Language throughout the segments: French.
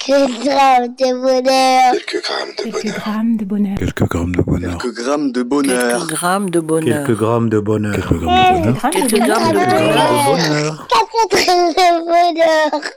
Quelques grammes de bonheur. Quelques grammes de Quelques bonheur. grammes de bonheur. Quelques grammes de bonheur. Quelques grammes de Quelques bonheur. grammes de bonheur. Quelques grammes de bonheur. Quelques grammes de bonheur. Quelques Quelques grammes grammes de de bonheur. bonheur. Quatre grammes de bonheur.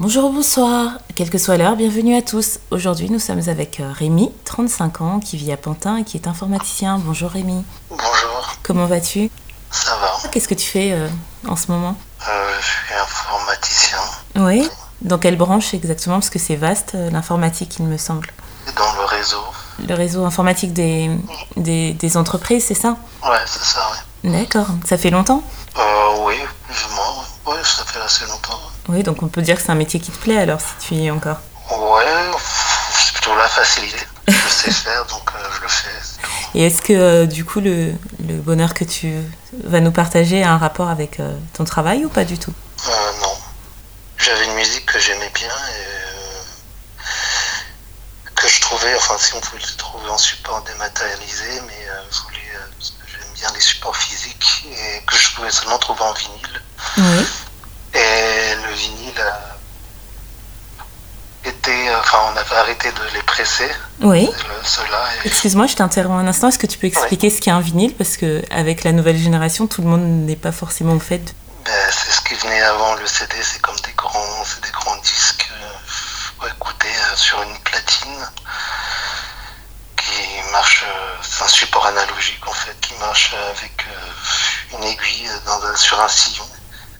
Bonjour, bonsoir, quelle que soit l'heure, bienvenue à tous. Aujourd'hui, nous sommes avec euh, Rémi, 35 ans, qui vit à Pantin et qui est informaticien. Bonjour Rémi, Bonjour, comment vas-tu ça va Qu'est-ce que tu fais euh, en ce moment Euh, Je suis informaticien Oui Dans quelle branche exactement Parce que c'est vaste, euh, l'informatique, il me semble. dans le réseau. Le réseau informatique des, des, des entreprises, c'est ça Ouais, c'est ça, ouais. D'accord, ça fait longtemps Euh, oui, plus ou moins. ouais. Ouais, ça fait assez longtemps. Oui, donc on peut dire que c'est un métier qui te plaît alors, si tu y es encore. Ouais, pff, c'est plutôt la facilité. Je sais faire, donc euh, je le fais. c'est tout. Et est-ce que euh, du coup le, le bonheur que tu vas nous partager a un rapport avec euh, ton travail ou pas du tout Euh, non. J'avais une musique que j'aimais bien et euh, que je trouvais, enfin, si on pouvait le trouver en support dématérialisé, mais euh, je voulais, euh, parce que j'aime bien les supports physiques et que je pouvais seulement trouver en vinyle. Oui. Et le vinyle euh, était. euh, Enfin, on avait arrêté de les presser, Oui. le- ceux-là. et- Excuse-moi, je t'interromps un instant. Est-ce que tu peux expliquer ce qu'est un vinyle Parce que avec la nouvelle génération, tout le monde n'est pas forcément au fait. ben, c'est ce qui venait avant le CD, c'est comme des grands, c'est des grands disques euh, écoutés euh, sur une platine qui marche. euh, c'est un support analogique en fait, qui marche avec euh, une aiguille dans un- sur un sillon.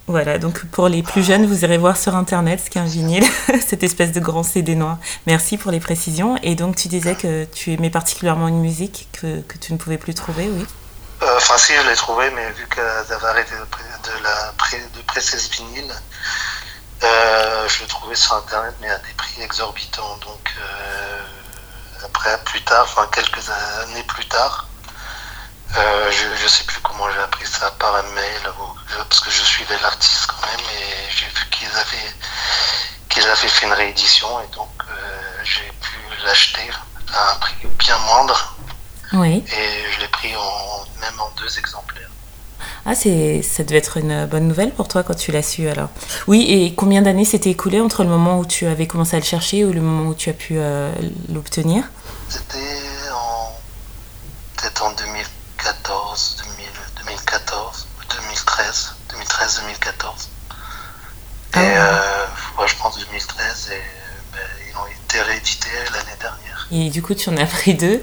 Voilà, donc pour les plus jeunes, vous irez voir sur internet ce qu'est un vinyle, cette espèce de grand CD noir. Merci pour les précisions. Et donc tu disais que tu aimais particulièrement une musique que, que tu ne pouvais plus trouver, oui. Euh, Enfin, si, je l'ai trouvé, mais vu qu'elles avaient arrêté de, pré- de la pré- de presser ce vinyle, euh, je le trouvais sur Internet, mais à des prix exorbitants. Donc, euh, après, plus tard, enfin, quelques années plus tard, euh, je, je sais plus comment j'ai appris ça, par un mail, ou- je- parce que je suivais l'artiste quand même, et j'ai vu qu'ils avaient, qu'ils avaient fait une réédition, et donc euh, j'ai pu l'acheter à un prix bien moindre Oui. et je l'ai pris en, même en deux exemplaires. Ah, c'est, ça devait être une bonne nouvelle pour toi quand tu l'as su alors. Oui, et combien d'années s'étaient écoulées entre le moment où tu avais commencé à le chercher ou le moment où tu as pu euh, l'obtenir C'était en peut-être en 2014, 2000, 2014 ou 2013, 2013 2014. Ah et ouais. euh, ouais, je pense 2013 et euh, ben, ils ont été réédités l'année dernière. Et du coup, tu en as pris deux.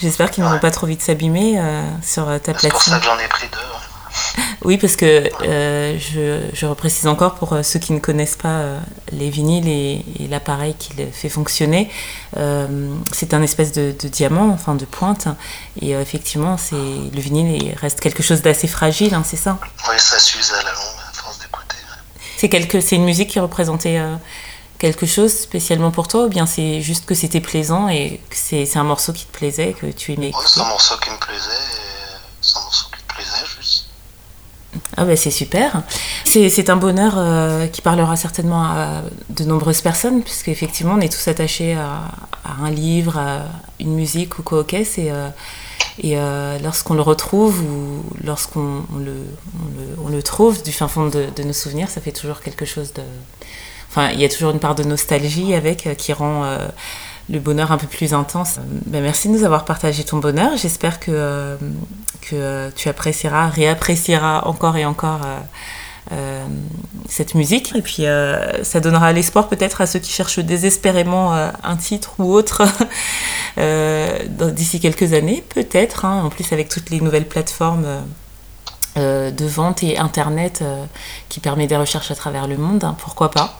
J'espère qu'ils ne vont Ouais. pas trop vite s'abîmer euh, sur euh, ta C'est pour ça platine. que j'en ai pris deux. ouais. Oui, parce que euh, je, je reprécise encore pour euh, ceux qui ne connaissent pas euh, les vinyles et, et l'appareil qui le fait fonctionner. euh, c'est un espèce de, de diamant, enfin de pointe. Et euh, effectivement, c'est le vinyle il reste quelque chose d'assez fragile, hein, c'est ça. Oui, ça s'use à la longue à force d'écouter. C'est quelque, c'est une musique qui représentait euh, quelque chose spécialement pour toi, ou bien c'est juste que c'était plaisant et que c'est, c'est un morceau qui te plaisait, que tu aimais Ouais, écouter. c'est un morceau qui me plaisait, et c'est un morceau qui me plaisait juste. Ah bah c'est super. C'est, c'est un bonheur euh, qui parlera certainement à de nombreuses personnes, puisque effectivement on est tous attachés à, à un livre, à une musique ou quoi ok. C'est, euh, et euh, lorsqu'on le retrouve ou lorsqu'on on le, on le, on le trouve du fin fond de, de nos souvenirs, ça fait toujours quelque chose de... Enfin, il y a toujours une part de nostalgie avec euh, qui rend... euh, le bonheur un peu plus intense. Euh, ben, merci de nous avoir partagé ton bonheur. J'espère que, euh, que euh, tu apprécieras, réapprécieras encore et encore euh, euh, cette musique. Et puis euh, ça donnera l'espoir peut-être à ceux qui cherchent désespérément euh, un titre ou autre euh, dans- d'ici quelques années, peut-être. hein. en plus avec toutes les nouvelles plateformes. euh, euh, de vente et internet euh, qui permet des recherches à travers le monde, hein, pourquoi pas.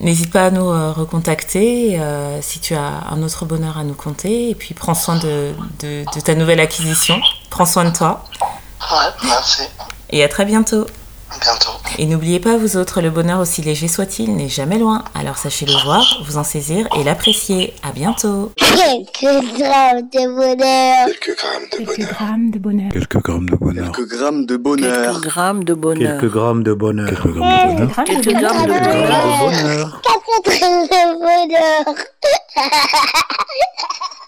N'hésite pas à nous euh, recontacter euh, si tu as un autre bonheur à nous conter. Et puis prends soin de, de- de ta nouvelle acquisition. Prends soin de toi. Ouais, merci. Et à très bientôt. À bientôt. Et n'oubliez pas, vous autres, le bonheur aussi léger soit-il n'est jamais loin. Alors sachez le voir, vous en saisir et l'apprécier. À bientôt. Quelques grammes de bonheur. Quelques grammes de Quelques grammes de bonheur. Quelques grammes de bonheur. Quelques grammes de bonheur. Quelques grammes de bonheur. Quelques grammes de bonheur. Quelques grammes de bonheur. Quelques grammes de Quelques bonheur. grammes de bonheur. Quatre grammes de bonheur.